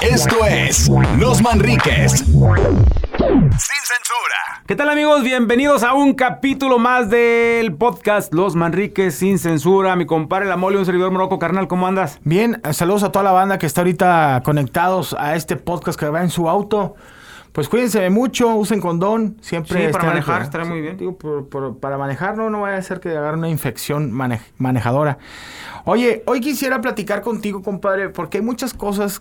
Esto es Los Manriques. Sin censura. ¿Qué tal amigos? Bienvenidos a un capítulo más del podcast Los Manriques sin censura. Mi compadre La Mole, un servidor Morocco, carnal, ¿cómo andas? Bien, saludos a toda la banda que está ahorita conectados a este podcast que va en su auto. Pues cuídense mucho, usen condón, siempre. Sí, para estén al manejar, cuidado. estará muy bien. Digo, por- por- para manejar no, no vaya a ser que agarre una infección mane- manejadora. Oye, hoy quisiera platicar contigo, compadre, porque hay muchas cosas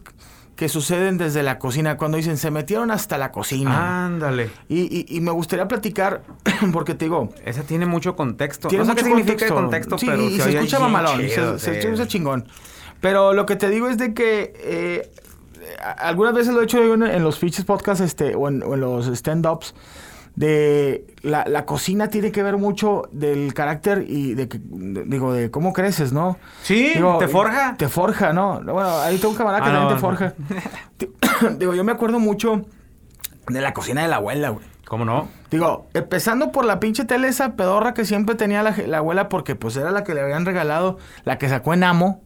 que suceden desde la cocina, cuando dicen se metieron hasta la Ah. cocina. Ándale. Y, y- y me gustaría platicar, porque te digo, Esa tiene mucho contexto. no tiene sé mucho qué significa el contexto, Sí, pero y se oye escucha bien mamalón, chido, se, se sí. escucha chingón. Pero lo que te digo es de que eh, a- algunas veces lo he hecho yo en, en los fiches podcasts este, o, en, o en los stand-ups. De la, la cocina tiene que ver mucho del carácter y de, que- de- digo, de cómo creces, ¿no? Sí, Digo, te forja. Te forja, ¿no? Bueno, ahí tengo un camarada que Ah, también no, te forja. digo, yo me acuerdo mucho de la cocina de la abuela, güey. ¿Cómo no? Digo, empezando por la pinche tele esa pedorra que siempre tenía la, la abuela porque pues era la que le habían regalado, la que sacó en Amo.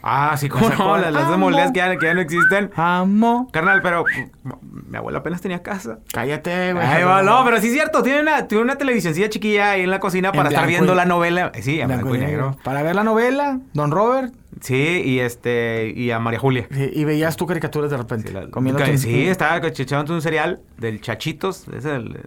Ah, sí, ¿cómo Me sacó no? el Las, las amo. moledas que ya, que ya no existen. Amo. Carnal, pero mm, mi abuela apenas tenía casa. Cállate, güey. Ay, va, no, pero sí es cierto. Tiene una, tiene una televisioncilla chiquilla ahí en la cocina para estar blanco y- viendo la novela. Eh, Sí, a Blanco blanco y negro. Para ver la novela, Don Robert, Sí, y este, y a María Julia. y, y veías tú caricaturas de repente. Sí, la- comiéndote ca- un- sí, estaba chichando un cereal del Chachitos, es el, el-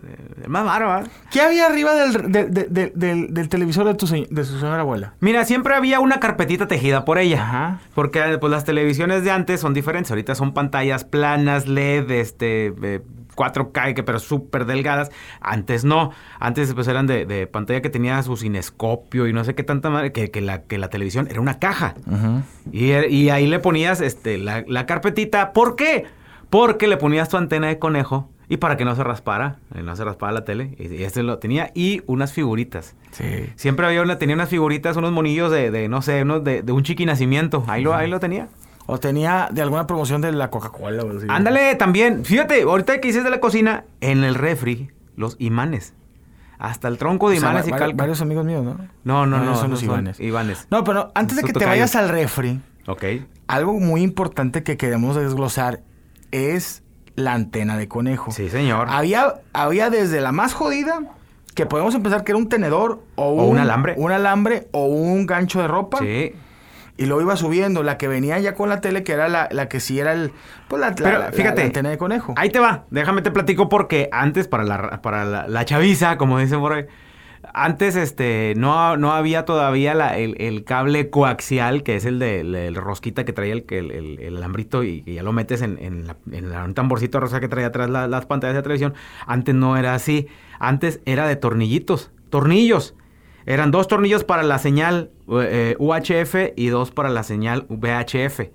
el más ¿ah? raro, ¿verdad? ¿Qué había arriba del, de- de- de- del- del televisor de, tu, se- de su señora abuela? Mira, siempre había una carpetita tejida por ella. Ajá. Porque pues, las televisiones de antes son diferentes. Ahorita son pantallas planas, LED, este, eh, 4K, que- pero súper delgadas. Antes no. Antes pues, eran de, de pantalla que tenía su cinescopio y no sé qué tanta madre. Que, que la, que la televisión era una caja. Y, er- y ahí le ponías este, la, la carpetita. ¿Por qué? Porque le ponías tu antena de conejo y para que no se raspara, eh, no se raspara la tele. Y, y este lo tenía. Y unas figuritas. Sí. Siempre había una, tenía unas figuritas, unos monillos de, de, no sé, unos de, de un chiquinacimiento. Ahí lo, ahí lo tenía. O tenía de alguna promoción de la Coca-Cola. o así. Ándale, también. Fíjate, ahorita que dices de la cocina, en el refri, los imanes. Hasta el tronco de O sea, imanes va- y va- calca. Varios amigos míos, ¿no? No, no, Varios no, Son no los son Ivanes. Ivanes. No, pero antes de Son que te tocayos. vayas al refri, Ok. Algo muy importante que queremos desglosar es la antena de conejo. Sí, señor. Había, había desde la más jodida, que podemos empezar que era un tenedor o, O un alambre. Un alambre o un gancho de ropa. Sí. Y luego iba subiendo. La que venía ya con la tele, que era la, la que sí era el. Pues la, la- Pero la- fíjate, la antena de conejo. Ahí te va, déjame te platico porque antes para la, ra- para la, la chaviza, como dicen por ahí, antes este no, no había todavía la- el, el cable coaxial, que es el de el, el rosquita que traía el, que el, el- el alambrito y, que ya lo metes en, en la- en la- un tamborcito rosa que traía atrás la- las pantallas de televisión. Antes no era así, antes era de tornillitos, tornillos. Eran dos tornillos para la señal eh, eh, UHF y dos para la señal VHF. Ese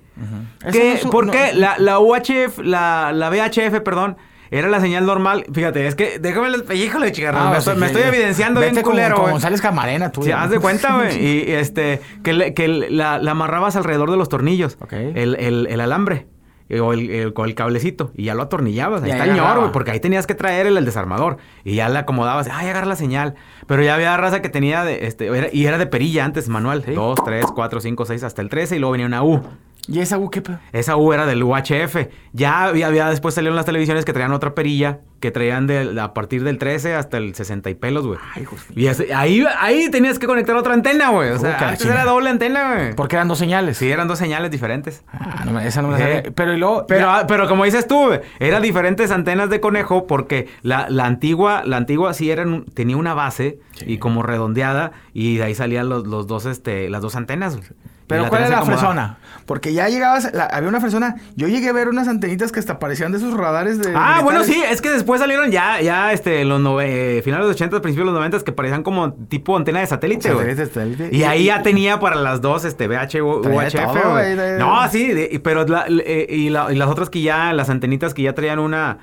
¿Qué? no es un- ¿Por no- qué? La, la UHF, la, la VHF, perdón, era la señal normal. Fíjate, es que déjame el pellejo, chicarrón. Ah, me, o sea, estoy, me ya- estoy ya- evidenciando vete bien con- culero, con güey. González Camarena, tú. Sí, ya. haz de cuenta, güey. Y y, este, que, le- que la, la amarrabas alrededor de los tornillos. Ok. El, el- el alambre. eh, O el, el- o el cablecito. Y ya lo atornillabas. Ahí Y está ahí el ñor, agarraba. güey. Porque ahí tenías que traer el, el desarmador. Y ya la acomodabas. Ay, agarra la señal. Pero ya había raza que tenía de, este, era- y era de perilla antes, manual. Dos, tres, cuatro, cinco, seis, hasta el 13. Y luego venía una U. ¿Y esa uh, qué pedo? Esa U era del UHF. Ya había, había- después salieron las televisiones que traían otra perilla, que traían de, a partir del 13 hasta el 60 y pelos, güey. Ay, hijos Y ese- ahí, ahí tenías que conectar otra antena, güey. O Uh, sea, que la antes chingada. era doble antena, güey. Porque eran dos señales. Sí, eran dos señales diferentes. Ah, no me- esa no me la Sí. sabía. Pero y luego. Pero, ah, pero como dices tú, güey, eran diferentes antenas de conejo porque la, la antigua, la antigua sí era un- tenía una base y como redondeada y de ahí salían los, los dos, este, las dos antenas. güey. Y Pero ¿cuál tenías era la acomodada. fresona? Porque ya llegabas, la- había una fresona. Yo llegué a ver unas antenitas que hasta aparecían de sus radares de. Ah, militares. bueno, sí, es que después salieron ya, ya, este, los nove- eh, finales de los 80, principios de los 90, que parecían como tipo antena de satélite, güey. Satélite, satélite. Y ahí ya tenía para las dos, este, VH, U- Traía UHF, todo, güey. güey, de- No, sí, de- y- pero la- eh, y, la- y las otras que ya, las antenitas que ya traían una...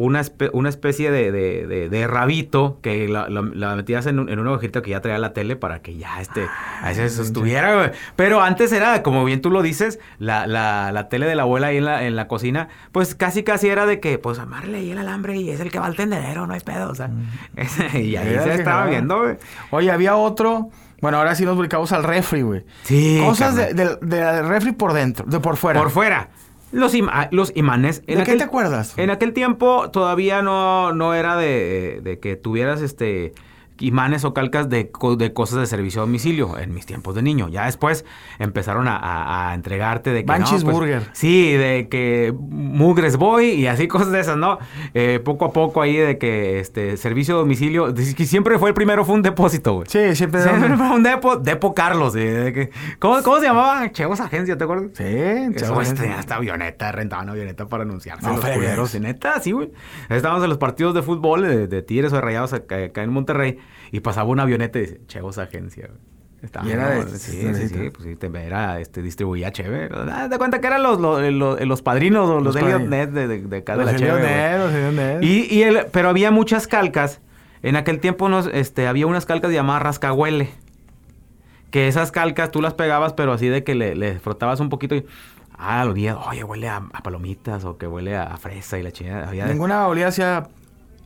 Una, espe- una especie de, de- de- de rabito que la, la- la metías en un, en un agujerito que ya traía la tele para que ya este, Ah, a ese sostuviera, güey. Pero antes era, como bien tú lo dices, la, la- la tele de la abuela ahí en la, en la cocina, pues casi casi era de que, pues amarle ahí el alambre y es el que va al tendedero, no hay pedo, o sea. y ahí Mm. Era se el que estaba jalaba. viendo, güey. Oye, había otro. Bueno, ahora sí nos ubicamos al refri, güey. Sí, Cosas de, carnal. de- de- del refri por dentro, de por fuera. Por fuera. Los, ima- los imanes. ¿De qué te acuerdas? En aquel tiempo todavía no, no era de, de que tuvieras este imanes o calcas de, co- de cosas de servicio a domicilio en mis tiempos de niño. Ya después empezaron a, a- a entregarte de que... no, Banshees pues, Burger. sí, de que mugres voy y así cosas de esas, ¿no? Eh, poco a poco ahí de que este servicio a domicilio... de- que siempre fue el primero, fue un depósito, güey. Sí, siempre. era- Siempre fue un depo, depo Carlos. eh, de que- ¿cómo, ¿Cómo se llamaba? Chevos Agencia, ¿te acuerdas? Sí, Eso, chaval. güey, tenía este, hasta avioneta, rentaban una avioneta para anunciarse. No los fregues. culeros, y neta, sí, güey. Estábamos en los partidos de fútbol de, de Tigres o de Rayados acá, acá en Monterrey y pasaba una avioneta y dice, Chevos Agencia, güey. Estaba- Y era de- sí, de- sí, sí, pues sí, te era, este, distribuía Cheve. Ah, Te cuenta que eran los, los, los- eh, los padrinos o los, Los Elliot padrinos. Ned de, de- de acá de Los la Cheve. güey. Elionet, los Elionet. Y, y el- pero había muchas calcas. En aquel tiempo nos, este, había unas calcas llamadas rascahuele. Que esas calcas tú las pegabas, pero así de que le, le frotabas un poquito y. Ah, lo olía, oye, huele a, a palomitas o que huele a, a fresa y la chingada. Había de- Ninguna olía hacia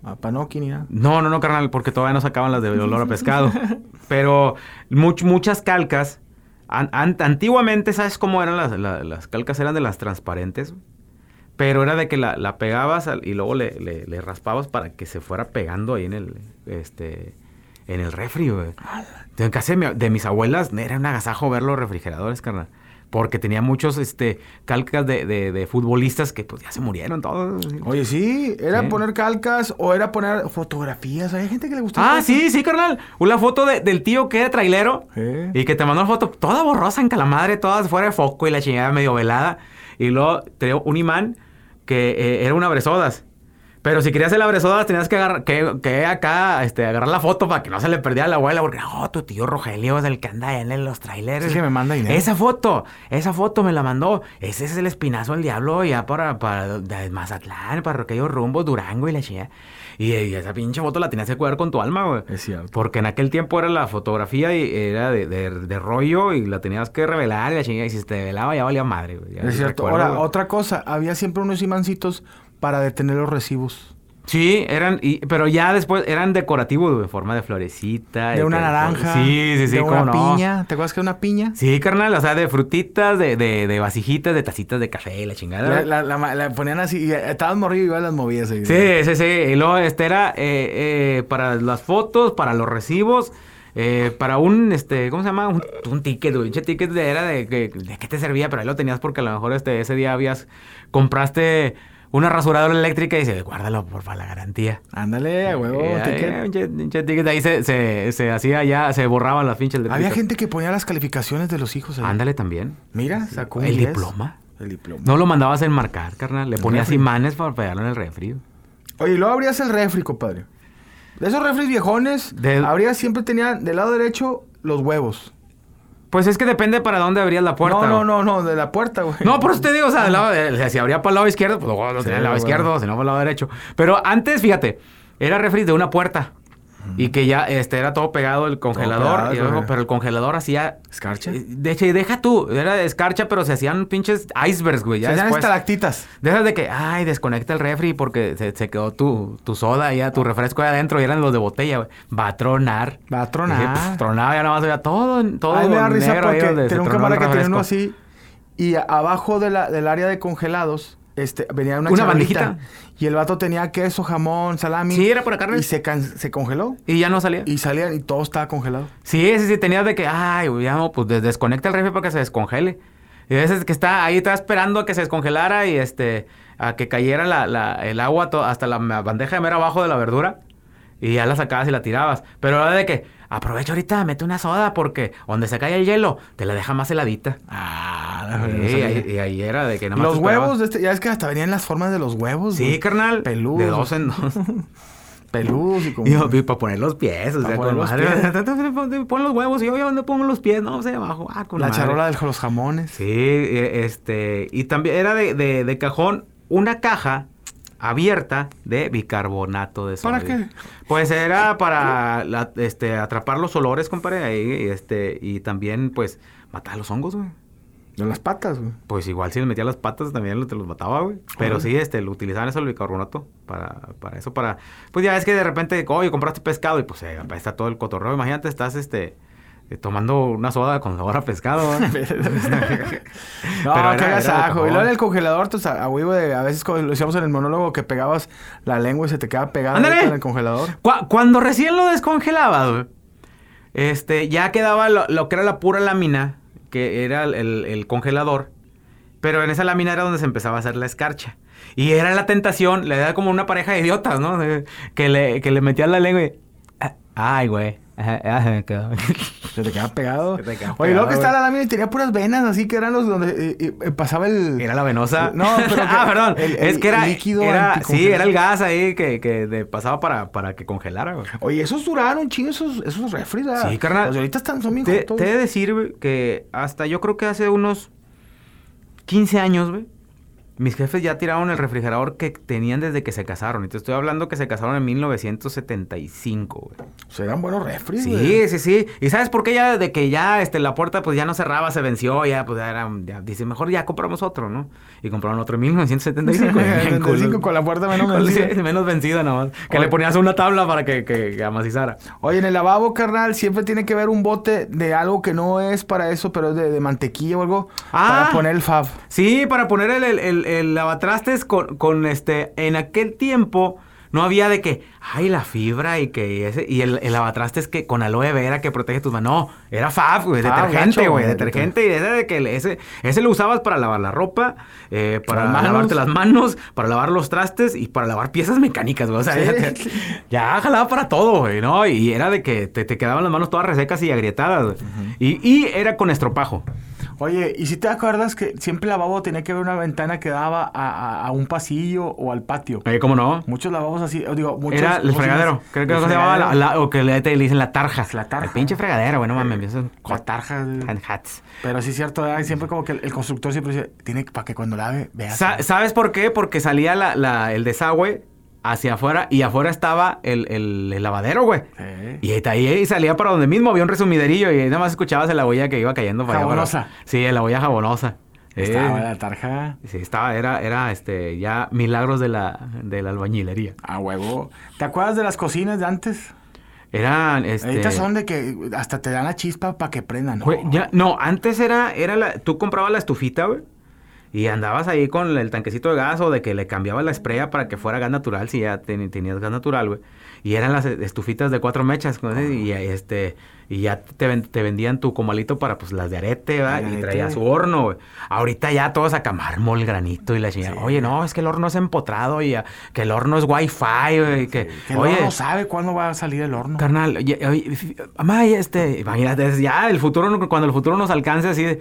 a Panoki ni nada. No, no, no, carnal, porque todavía no sacaban las de olor a pescado. pero much- muchas calcas. an- an- antiguamente, ¿sabes cómo eran las, la- las calcas? Eran de las transparentes. Pero era de que la, la pegabas al- y luego le, le- le raspabas para que se fuera pegando ahí en el, este, en el refri, güey. En casa de, mi- de mis abuelas era un agasajo ver los refrigeradores, carnal. Porque tenía muchos, este, calcas de, de- de futbolistas que pues ya se murieron todos. Oye, sí, era Sí. poner calcas o era poner fotografías. Hay gente que le gusta. Ah, eso. sí, sí, carnal. Una foto de- del tío que era trailero Sí. y que te mandó una foto toda borrosa en calamadre, toda fuera de foco y la chingada medio velada. Y luego traía un imán que eh, era una bresodas. Pero si querías el abresodas tenías que, agarrar, que, que acá este, agarrar la foto para que no se le perdiera a la abuela. Porque, no, tu tío Rogelio es el que anda en los traileros. Es que me manda dinero. Esa foto, esa foto me la mandó. Ese es el espinazo del diablo ya para, para de Mazatlán, para aquellos rumbos, Durango y la chingada. Y, eh, esa pinche foto la tenías que cuidar con tu alma, güey. Es cierto. Porque en aquel tiempo era la fotografía y era de, de- de rollo y la tenías que revelar y la chingada. Y si te revelaba ya valía madre, güey. Ya Es cierto. recuerdo, Ahora, güey. otra cosa, había siempre unos imancitos para detener los recibos. Sí, eran, y- pero ya después eran decorativos, güey, en forma de florecita. y De una que- naranja. Sí, sí, sí, De cómo no. una piña. ¿Te acuerdas que era una piña? Sí, carnal, o sea, de frutitas, de, de, de vasijitas, de tacitas de café y la chingada. La, güey. la- la ma- la ponían así, y eh, estaban morrido y igual las movías ahí. Sí, sí, sí. Y luego, este era eh, eh, para las fotos, para los recibos, eh, para un, este, ¿cómo se llama? Un, un ticket, güey. Ese ticket de- era de, que de qué te servía, pero ahí lo tenías porque a lo mejor este, ese día habías, compraste una rasuradora eléctrica y dices, guárdalo, por para la garantía. Ándale, a huevo. Eh, ticket. eh, un che- un che ticket, ahí se, se, se hacía ya, se borraban las pinches Había letritas. gente que ponía las calificaciones de los hijos ahí. Ándale también. Mira, sacó un El 10. diploma. El diploma. No lo mandabas a enmarcar, carnal. Le ponías refri. imanes para pegarlo en el refri. Oye, y luego abrías el refri, compadre. De esos refris viejones, Del- abrías siempre tenía del lado derecho los huevos. Pues es que depende para dónde abrías la puerta. no, güey. no, no, no, de la puerta, güey. No, este por eso te digo, o sea, del lado de- o sea, si abría para el lado izquierdo, pues luego lo tenía al lado bueno. izquierdo, si no para el lado derecho. Pero antes, fíjate, era refri de una puerta. Y que ya este era todo pegado el congelador, pegado, y luego- güey. pero el congelador hacía ¿Escarcha? eh, De hecho, y deja tú, era de escarcha, pero se hacían pinches icebergs, güey. Se Ya hacían después. estalactitas. De esas de que, ay, desconecta el refri porque se, se quedó tu, tu soda ya, tu refresco ahí adentro y eran los de botella, güey. Va a tronar. Ah. Va a tronar. Dije, "Pf, tronaba ya nada más, ya todo, todo A mí me da risa negro ahí porque donde se tenía un tronó el camarada que tenía uno refresco. así y a- abajo de la- del área de congelados este, venía una, Una charolita, bandejita. Y el vato tenía queso, jamón, salami. Sí, era para carne. Y se, can- se congeló. Y ya no salía. Y salían y todo estaba congelado. Sí, sí, sí, tenías de que, ay, güey, ya no, pues des- desconecta el refri para que se descongele. Y a veces que está ahí, está esperando a que se descongelara y este, a que cayera la, la- el agua to- hasta la ma- bandeja de mero abajo de la verdura. Y ya la sacabas y la tirabas. Pero era de que, aprovecha ahorita, mete una soda porque donde se cae el hielo, te la deja más heladita. Ah, Sí, ahí- y ahí era de que nada más. Los te esperabas. huevos, de este- ya es que hasta venían las formas de los huevos. Sí, güey. carnal. Peludos. De dos en dos. Peludos y como. Digo, y para poner los pies, o Para sea, poner con los madre. pies. Pon, los huevos y yo, yo, ¿dónde pongo los pies? No, sé, abajo. Ah, con la madre. charola de los jamones. Sí, eh, este, y también era de, de- de cajón una caja abierta de bicarbonato de sodio. ¿Para qué? Pues era para la- este, atrapar los olores, compadre, ahí, y este, y también, pues, matar los hongos, güey. De las patas, güey. Pues igual si les metía las patas también lo- te los mataba, güey. Pero sí, este, lo utilizaban eso el bicarbonato para, para eso, para... Pues ya es que de repente, oye, compraste pescado y pues eh, está todo el cotorreo. Imagínate, estás, este, eh, tomando una soda con sabor a pescado. ¿eh? No, Pero era- qué era de agasajo. Y luego en cajón. el congelador, pues, a, a huevo de- a veces como lo decíamos en el monólogo que pegabas la lengua y se te quedaba pegada ¡Ándale! ahorita en el congelador. Cu- cuando recién lo descongelaba, güey, este, ya quedaba lo, lo que era la pura lámina, que era el, el- el congelador. Pero en esa lámina era donde se empezaba a hacer la escarcha. Y era la tentación, le da como una pareja de idiotas, ¿no? De- Que le, que le metían la lengua y... ah, Ay, güey. Ajá, ya se me quedó. Pues, Se te quedaba pegado. Se te quedaba Oye, luego pegado, que estaba la güey. lámina y tenía puras venas, así que eran los donde eh, eh, pasaba el. Era la venosa. No, pero que- ah, perdón. el- es el que era... líquido era- sí, anticongelante. era el gas ahí que, que de- pasaba para, para que congelara, güey. Oye, esos duraron chingo, esos, esos refris. ¿verdad? Sí, carnal. Los de ahorita están, son bien Te, jotos. te he de decir güey, que hasta yo creo que hace unos 15 años, güey, mis jefes ya tiraron el refrigerador que tenían desde que se casaron. Y te estoy hablando que se casaron en 1975, güey. O sea, Pues, eran buenos refris. güey. Sí, sí, sí. ¿Y sabes por qué ya de que ya este, la puerta pues ya no cerraba, se venció, ya pues ya era... ya dice, mejor ya compramos otro, ¿no? Y compraron otro en 1975. güey, bien 75, culo. con la puerta menos Con- vencida. sí, menos vencida nada más. Que Oye. le ponías una tabla para que, que, que amacizara. Oye, en el lavabo, carnal, siempre tiene que haber un bote de algo que no es para eso, pero es de, de mantequilla o algo. Ah. Para poner el fab. Sí, para poner el, el- el- el lavatrastes con, con este. En aquel tiempo no había de que, ay, la fibra y que ese. Y el, el lavatrastes que con aloe vera que protege tus manos. No, era Fab, güey, Ah, detergente, gacho, güey, güey, detergente. Y ese de que le- ese, ese lo usabas para lavar la ropa, eh, para Las manos. lavarte las manos, para lavar los trastes y para lavar piezas mecánicas, güey. O sea, Sí. ya, te- ya jalaba para todo, güey, ¿no? Y era de que te, te quedaban las manos todas resecas y agrietadas. güey. y, y era con estropajo. Oye, ¿y si te acuerdas que siempre el lavabo tenía que haber una ventana que daba a, a- a un pasillo o al patio? Eh, ¿Cómo no? Muchos lavabos así, o digo, muchos. Era el cocinas- fregadero. Creo que el se llamaba la, fregadero. la- o que le, te le dicen la tarja. La tarja. Eh, El pinche fregadero, bueno, mames. Eso La tarja, güey. hats. Pero sí es cierto, ¿verdad? siempre como que el, el constructor siempre dice, tiene que- para que cuando lave, veas. Sa- ¿Sabes por qué? Porque salía la- la- el desagüe hacia afuera y afuera estaba el, el- el lavadero, güey. Sí. Y ahí- ahí ahí salía para donde mismo, había un resumiderillo y ahí nada más escuchabas la olla que iba cayendo para allá, para- Jabonosa. Sí, la olla jabonosa. Eh, Estaba la tarja. Sí, estaba, era, era este, ya milagros de la, de la albañilería. A huevo. ¿Te acuerdas de las cocinas de antes? Eran, este... Ahorita son de que hasta te dan la chispa para que prendan. ¿no? Güey, ya- no, antes era, era la, tú comprabas la estufita, güey. Y andabas ahí con el tanquecito de gas o de que le cambiabas la esprea para que fuera gas natural, si ya ten- tenías gas natural, güey. Y eran las estufitas de cuatro mechas, ¿no? y Ah. este, y ya te, ven- te vendían tu comalito para pues las de arete, ¿verdad? de Y arete. traía su horno, güey. Ahorita ya todos acá mármol, granito y la chingada. Oye, no, es que el horno es empotrado y ah, que el horno es wifi, güey. y Que, Que oye, no sabe cuándo va a salir el horno. Carnal, ya- oye, f- mamá, ya, este, imagínate, ya el futuro, no- cuando el futuro nos alcance así de,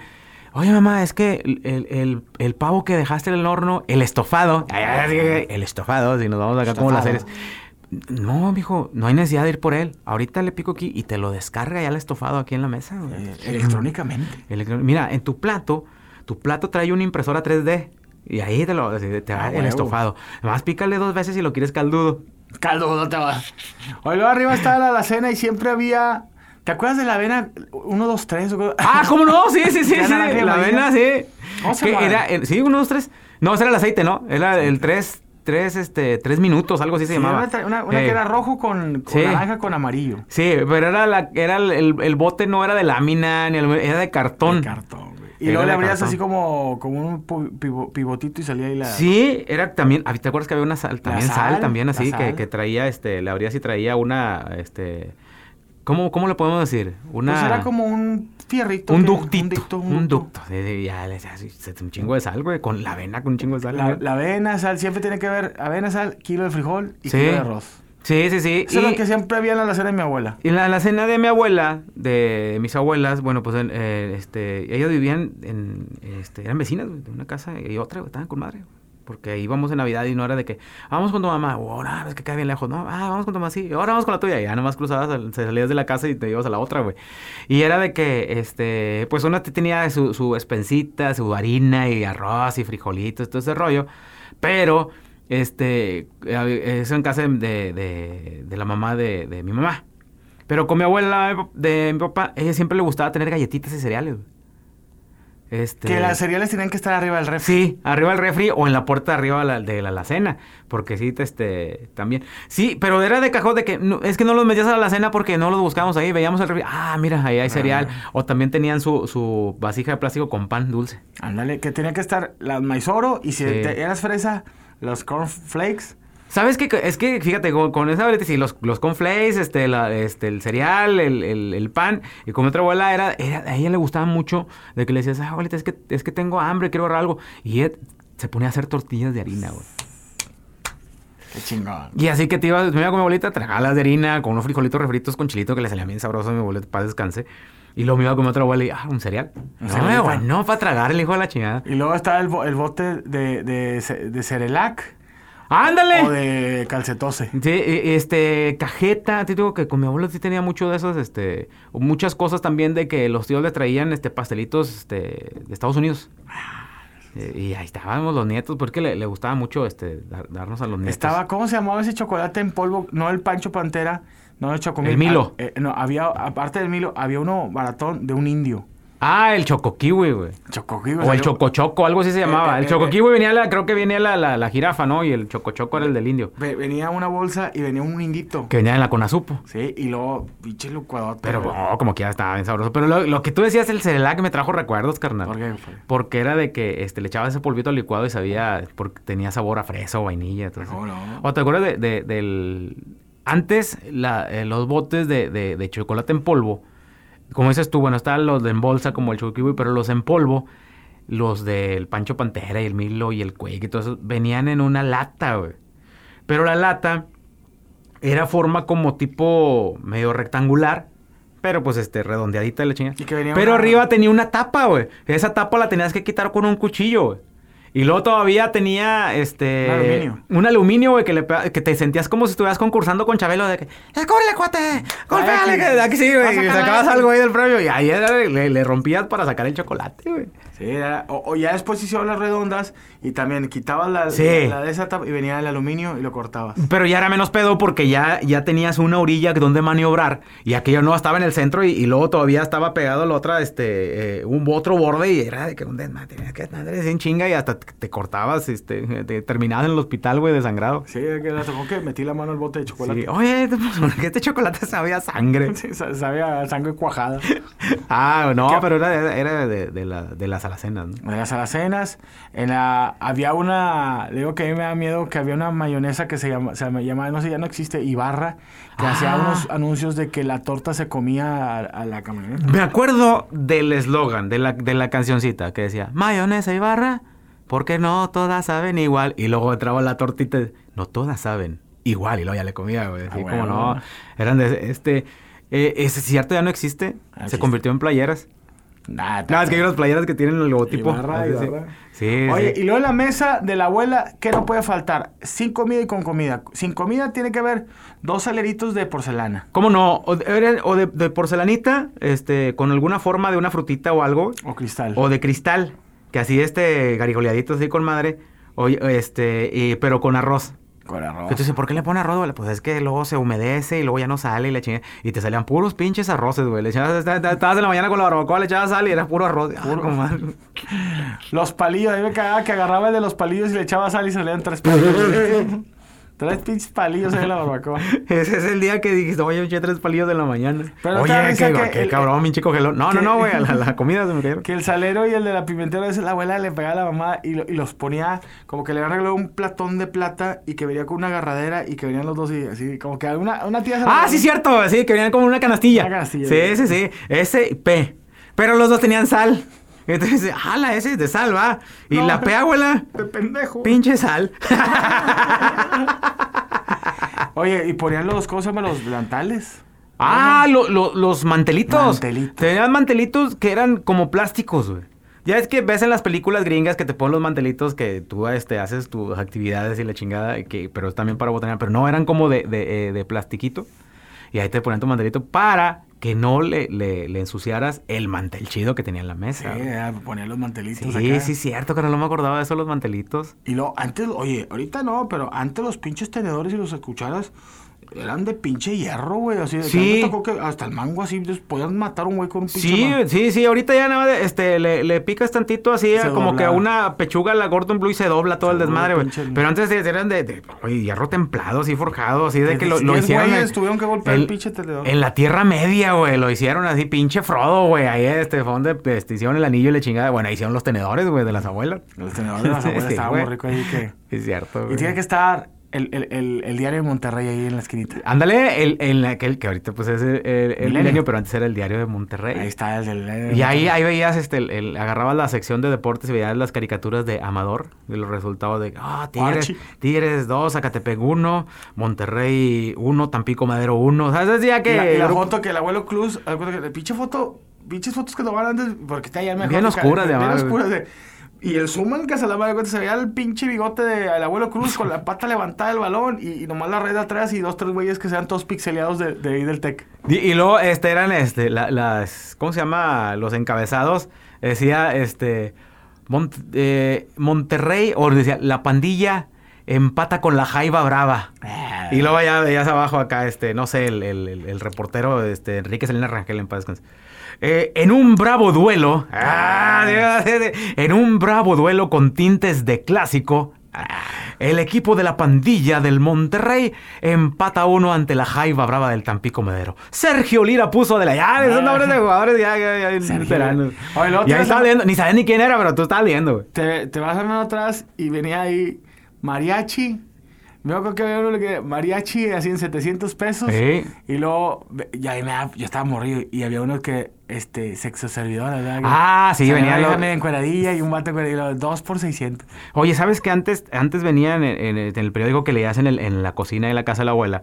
oye mamá, es que el, el- el- el pavo que dejaste en el horno, el estofado, ay, ay, ay, el estofado, si nos vamos acá como las series. Estofado. No, mijo, no hay necesidad de ir por él. Ahorita le pico aquí y te lo descarga ya el estofado aquí en la mesa. güey. Eh, electrónicamente. Electro- Mira, en tu plato, tu plato trae una impresora 3D. Y ahí te lo te da Ah, el huevo. estofado. Más pícale dos veces si lo quieres caldudo. Caldo, no te vas. Oye, luego arriba estaba la alacena y siempre había. ¿Te acuerdas de la avena 1, 2, 3? Ah, ¿cómo no? Sí, sí, sí, Ya sí. naranja La amarilla. avena, sí. ¿Cómo se Que llama? era, el- sí, uno, dos, tres. No, ese era el aceite, ¿no? Era el tres, tres, este, tres minutos, algo así se llamaba. Una, una- una Eh, que era rojo con, con Sí. naranja con amarillo. Sí, pero era la, era el, el- el bote no era de lámina, ni el- era de cartón. De cartón, güey. Y Era luego le de abrías cartón. así como, como un pu- pivo- pivotito y salía ahí la. Sí, era también, ah, ¿te acuerdas que había una sal, también sal, sal, también la así, sal. Que, que traía, este, la abrías y traía una, este, ¿cómo, cómo le podemos decir? Una... Pues era como un fierrito. Un que- ductito, Un ducto. un, ducto. Sí, sí, ya, le- ya, sí, un chingo de sal, güey, con la avena, con un chingo de sal. La, güey. la avena, sal, siempre tiene que ver avena, sal, kilo de frijol y Sí. kilo de arroz. Sí, sí, sí. Eso y- es lo que siempre había en la alacena de mi abuela. Y en la, la cena de mi abuela, de mis abuelas, bueno, pues en, eh, este, ellas vivían en, este, eran vecinas güey, de una casa y otra, güey, estaban con madre. güey, Porque íbamos en Navidad y no era de que, "Ah, vamos con tu mamá, oh, no, es que queda bien lejos, no, ah, vamos con tu mamá, sí, ahora vamos con la tuya. Y ya nomás cruzabas, al- se salías de la casa y te ibas a la otra, güey. Y era de que, este, pues una te tenía su, su espencita, su harina y arroz y frijolitos, todo ese rollo. Pero, este, eh, eso en casa de, de- de la mamá de, de mi mamá. Pero con mi abuela de mi papá, ella siempre le gustaba tener galletitas y cereales. güey. Este, Que las cereales tenían que estar arriba del refri. Sí, arriba del refri o en la puerta de arriba de la, de la alacena. Porque sí, te- este, también. Sí, pero era de cajón de que no- es que no los metías a la alacena porque no los buscábamos ahí. Veíamos el refri. Ah, mira, ahí hay cereal. O también tenían su, su vasija de plástico con pan dulce. Ándale, que tenía que estar las maizoro y si Sí. te- eras fresa, los cornflakes. ¿Sabes qué? Es que, fíjate, con, con esa abuelita, sí, los, los conflays, este, la- este, el cereal, el, el- el pan, y con otra abuela, era, era- a ella le gustaba mucho de que le decías, ah, abuelita, es que, es que tengo hambre, quiero agarrar algo. Y ella se ponía a hacer tortillas de harina, güey. Qué chingón. Y así que te ibas, me iba con mi abuelita, las de harina, con unos frijolitos refritos con chilito que le salía bien sabroso a mi abuelita para descanse. Y luego me iba con mi otra abuela y, ah, un cereal. Un No, cerealito. güey, no, para tragar, el hijo de la chingada. Y luego estaba el, bo- el bote de, de, ce- de Cerelac ¡Ándale! o de calcetose. Sí, e- este, cajeta, te digo que con mi abuelo sí tenía mucho de esas, este, muchas cosas también de que los tíos le traían, este, pastelitos, este, de Estados Unidos. Ah, Eh, Y ahí estábamos los nietos, porque le, le gustaba mucho, este, dar- darnos a los nietos. Estaba, ¿cómo se llamaba ese chocolate en polvo? No el Pancho Pantera, no el Chocomil. El Milo. Ah, eh, no, había, aparte del Milo, había uno baratón de un indio. Ah, el chocoquiwi, güey. Chocoquí, O el chocochoco, algo así se llamaba. eh, El eh, chocoquiwi venía, la, creo que venía la, la, la jirafa, ¿no? Y el chocochoco era el del indio, Venía una bolsa y venía un indito. que venía en la conazupo. Sí, y luego, pinche lucuadote. Pero, güey. oh, como que ya estaba bien sabroso. Pero lo, lo que tú decías, el Cerelac me trajo recuerdos, carnal. ¿Por qué? fue? Porque era de que este, le echaba ese polvito al licuado y sabía, porque tenía sabor a fresa o vainilla. entonces. ¿Cómo no? O te acuerdas de- de- del... Antes la- eh, los botes de, de- de chocolate en polvo, como dices tú, bueno, estaban los de en bolsa como el chocokiwi, pero los en polvo, los del Pancho Pantera y el Milo y el Quake y todo eso, venían en una lata, güey. Pero la lata era forma como tipo medio rectangular, pero pues este, redondeadita la chingada. Y que venía Pero una- arriba tenía una tapa, güey. Esa tapa la tenías que quitar con un cuchillo, güey. Y luego todavía tenía este. Un aluminio. Un aluminio, güey, que, le pega- que te sentías como si estuvieras concursando con Chabelo de que. ¡Eh, córrele, cuate! ¡Golpéale! Ay, que- Aquí sí, güey. vas a Y acabar sacabas eso. algo ahí del premio. Y ahí era de- le, le rompías para sacar el chocolate, güey. Sí, era- o, o ya después hicieron las redondas y también quitabas la, Sí. la de esa tapa y venía el aluminio y lo cortabas. Pero ya era menos pedo porque ya, ya tenías una orilla donde maniobrar. Y aquello no estaba en el centro. Y, y luego todavía estaba pegado la otra, este, eh, un otro borde. Y era de que un desmadre, tenías que madre sin chinga. Y hasta te te cortabas, este, te terminabas en el hospital, güey, desangrado. Sí, que era como que metí la mano al bote de chocolate. Sí. Oye, pues, que este chocolate sabía a sangre. Sí, sa- sabía a sangre cuajada. Ah, no, ¿Qué? pero era, era de, de la- de las alacenas, ¿no? En las alacenas, en la, había una, le digo que a mí me da miedo que había una mayonesa que se llama, se llama- llamaba, no sé, ya no existe, Ibarra, que hacía Ah. unos anuncios de que la torta se comía a, a la ¿eh? camioneta. Me acuerdo del eslogan, de la, de la cancioncita que decía, mayonesa y barra, porque no todas saben igual. Y luego entraba la tortita, no todas saben igual. Y luego ya le comía, güey. Así Ah, como bueno. no. Eran de este... eh, ese cierto ya no existe. Ah, Se sí. convirtió en playeras. Nada, No, es que hay unas playeras que tienen el logotipo. Ibarra, así, sí. Ibarra. Sí, Oye, sí. y luego la mesa de la abuela, ¿qué no puede faltar? Sin comida y con comida. Sin comida tiene que haber dos saleritos de porcelana. ¿Cómo no? O de, era- o de- de porcelanita, este, con alguna forma de una frutita o algo. O cristal. O de cristal, que así este garigoleadito así con madre, o, este, y- pero con arroz. Con arroz. Entonces, ¿por qué le pone arroz, güey? Pues es que luego se humedece y luego ya no sale y la chingada. Y te salían puros pinches arroces, güey. Le echabas- esta- esta- Estabas en la mañana con la barbacoa, le echabas sal y era puro arroz. Ah, comadre. Los palillos, a mí me cagaba que agarraba el de los palillos y le echaba sal y salían tres palillos. tres pinches palillos ahí en la barbacoa. Ese es el día que dijiste, oye, eché tres palillos de la mañana. Pero no te oye, da risa qué, que qué el- cabrón, pinche cogelón. No, no, que- no, güey, a la, la comida se me cayeron. Que el salero y el de la pimentera, esa la abuela le pegaba a la mamá y, lo- y los ponía, como que le arregló un platón de plata y que venía con una agarradera y que venían los dos y así, como que alguna una tía se Ah, la- sí, cierto, sí, que venían como una canastilla. Una canastilla, Sí, güey. sí, sí. Ese y P. Pero los dos tenían sal. Entonces, ala, ese es de sal, va. Y No. la P, abuela, De pendejo. pinche sal. Oye, y ponían los, ¿cómo se llama? Los delantales. ah, lo- lo- los mantelitos. Mantelitos. Tenían mantelitos que eran como plásticos, güey. Ya es que ves en las películas gringas que te ponen los mantelitos que tú este, haces tus actividades y la chingada, y que, pero es también para botanear, pero no, eran como de, de, eh, de plastiquito. Y ahí te ponían tu mantelito para que no le, le- le ensuciaras el mantel chido que tenía en la Sí, mesa. güey. ah, ponían los mantelitos Sí, acá. sí, cierto, que no me acordaba de eso, los mantelitos. Y luego, antes, oye, ahorita no, pero antes los pinches tenedores y los cucharas eran de pinche hierro, güey. Así de que Sí. a mí me tocó que hasta el mango así pues, podías matar a un güey con un pinche Sí, mango. sí, sí, ahorita ya nada más, este, le, le picas tantito así, Se como dobla. que a una pechuga la Gordon Blue y se dobla todo el Se dobla desmadre, güey. el pinche- Pero antes de- eran de, de, oye, hierro templado, así forjado, así de Desde que lo, que lo diez hicieron. güeyes en- tuvieron que golpear el en- pinche tenedor. En la Tierra Media, güey, lo hicieron así, pinche Frodo, güey. Ahí este, fue donde este, hicieron el anillo y la chingada. Bueno, ahí hicieron los tenedores, güey, de las abuelas. Los tenedores de las abuelas Sí, estaban güey. muy ricos ahí que... Es cierto, Y güey. tiene que estar el, el, el, el diario de Monterrey ahí en la esquinita. Ah, Ándale, el, el- aquel que ahorita pues es el, el- el Milenio. Milenio, pero antes era el Diario de Monterrey. Ahí está el del... el- Y ahí, ahí veías, este, el, el- agarrabas la sección de deportes y veías las caricaturas de Amador, de los resultados de, ah, Tigres, Archie. Tigres 2, Zacatepec 1, Monterrey 1, Tampico Madero 1. ¿Sabes? Decía Y que... la, y la foto que el abuelo Cruz, acuérdate que la pinche foto, pinches fotos que tomaban antes, porque está ya mejor. Bien que- oscuras, de bien amar, oscuras de- Y el Suman que se la madre, se veía el pinche bigote del abuelo Cruz con la pata levantada del balón y, y nomás la red atrás y dos, tres güeyes que sean todos pixeleados de, de ahí del tech. Y, y luego este, eran este, la- las. ¿Cómo se llama? Los encabezados. Decía este. Mont- eh, Monterrey, o decía, la pandilla empata con la Jaiba Brava. Y luego ya veías abajo acá, este, no sé, el, el- el- el reportero este, Enrique Selena Rangel en paz descanse. Eh, en un bravo duelo, ah, Dios, en un bravo duelo con tintes de clásico, ah, el equipo de la pandilla del Monterrey empata uno ante la Jaiba Brava del Tampico Medero. Sergio Lira puso de la llave. Son nombres de jugadores ya, ya, ya, Sergio veteranos. Lira. Oye, luego Y ahí tienes estaba la- leyendo, ni sabía ni quién era, pero tú estabas leyendo, güey. Te, te vas a ver atrás y venía ahí mariachi. Me acuerdo que había uno que mariachi así en 700 pesos. Sí. Y luego, ya ahí me da- yo estaba morrido y había uno que, este, sexo servidor, ¿verdad? Que Ah, sí, salía venía una lo- vieja en cueradilla y un vato en cueradilla, y luego, dos por 600. Oye, ¿sabes que antes, antes venían en, en- en el periódico que leías en, el- en la cocina de la casa de la abuela?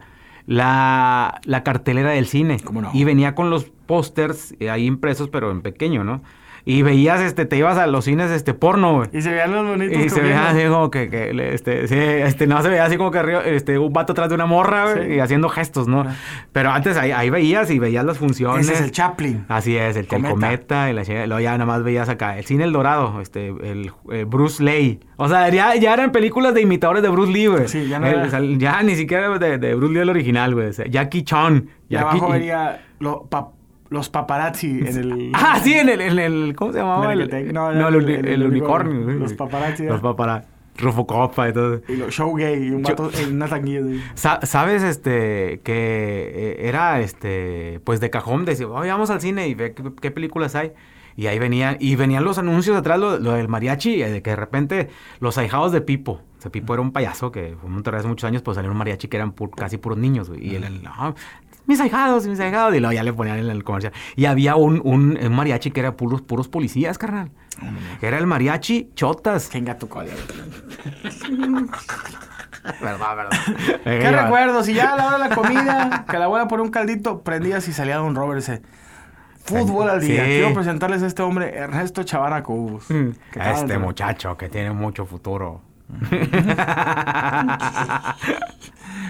La, la cartelera del cine. ¿Cómo no? Y venía con los pósters eh, ahí impresos, pero en pequeño, ¿no? Y veías, este, te ibas a los cines, este, porno, güey. Y se veían los bonitos. Y se veía comiendo. así como que, que le- este, sí, este, no, se veía así como que arriba, este, un vato atrás de una morra, güey, Sí. y haciendo gestos, ¿no? Ah. Pero antes ahí, ahí veías y veías las funciones. Ese es el Chaplin. Así es, el Cometa. Cometa, y la chingada. Luego ya nada más veías acá. El cine El Dorado, este, el, eh, Bruce Lee. O sea, ya, ya eran películas de imitadores de Bruce Lee, güey. Sí, ya no El- era- o sea, ya ni siquiera de, de Bruce Lee el original, güey. O sea, Jackie Chan. Y Jackie- abajo venía lo- pa- los paparazzi en el... Ah, sí, en el, en el- ¿cómo se llamaba? En El, el que te- no, no, el- el, el- el el unicornio. unicornio. güey. Los paparazzi, Los eh. paparazzi. Rufo Copa y todo. Y lo- show gay y un vato en una tanguilla. así. Sa- Sabes, este, que eh, era, este, pues de cajón, decía, "Oye, vamos al cine y ve qué, qué películas hay. Y ahí venían, y venían los anuncios atrás, lo, lo del mariachi, eh, de que de repente los ahijados de Pipo. O sea, Pipo era un payaso que fue en Monterrey hace muchos años, pues salió un mariachi que eran pu- casi puros niños, güey. Y él, él, "No, mis ahijados, mis ahijados. Y luego ya le ponían en el comercial. Y había un, un- un mariachi que era puros, puros policías, carnal. Era el mariachi Chotas. Venga tu cola. güey. Verdad, verdad. ¿Qué recuerdos? Y ya a la hora de la comida, que la abuela ponía un caldito, prendías y salía Don Robert ese. Fútbol al día. Sí. Quiero presentarles a este hombre, Ernesto Chavana Cubos. Que A acaba de- este muchacho que tiene mucho futuro.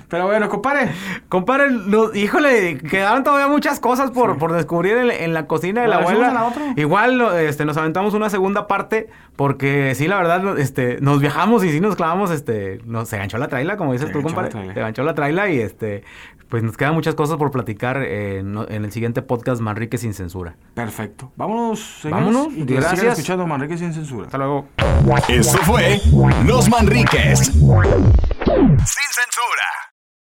Pero bueno, compadre. Compadre, los- híjole, quedaron todavía muchas cosas por, por descubrir en, en la cocina de Lo la dejamos abuela. en la otra. Igual lo- este, nos aventamos una segunda parte porque sí, la verdad, lo- este, nos viajamos y sí nos clavamos, este, nos, se ganchó la traila, como dices Se tú, ganchó la compadre. traila. Se ganchó la traila y este, pues nos quedan muchas cosas por platicar eh, en, en el siguiente podcast Manrique sin censura. Perfecto. Vámonos, señores. Vámonos, Y que sigan gracias. escuchando Manrique sin censura. Hasta luego. Esto fue Los Manriques. Sin censura.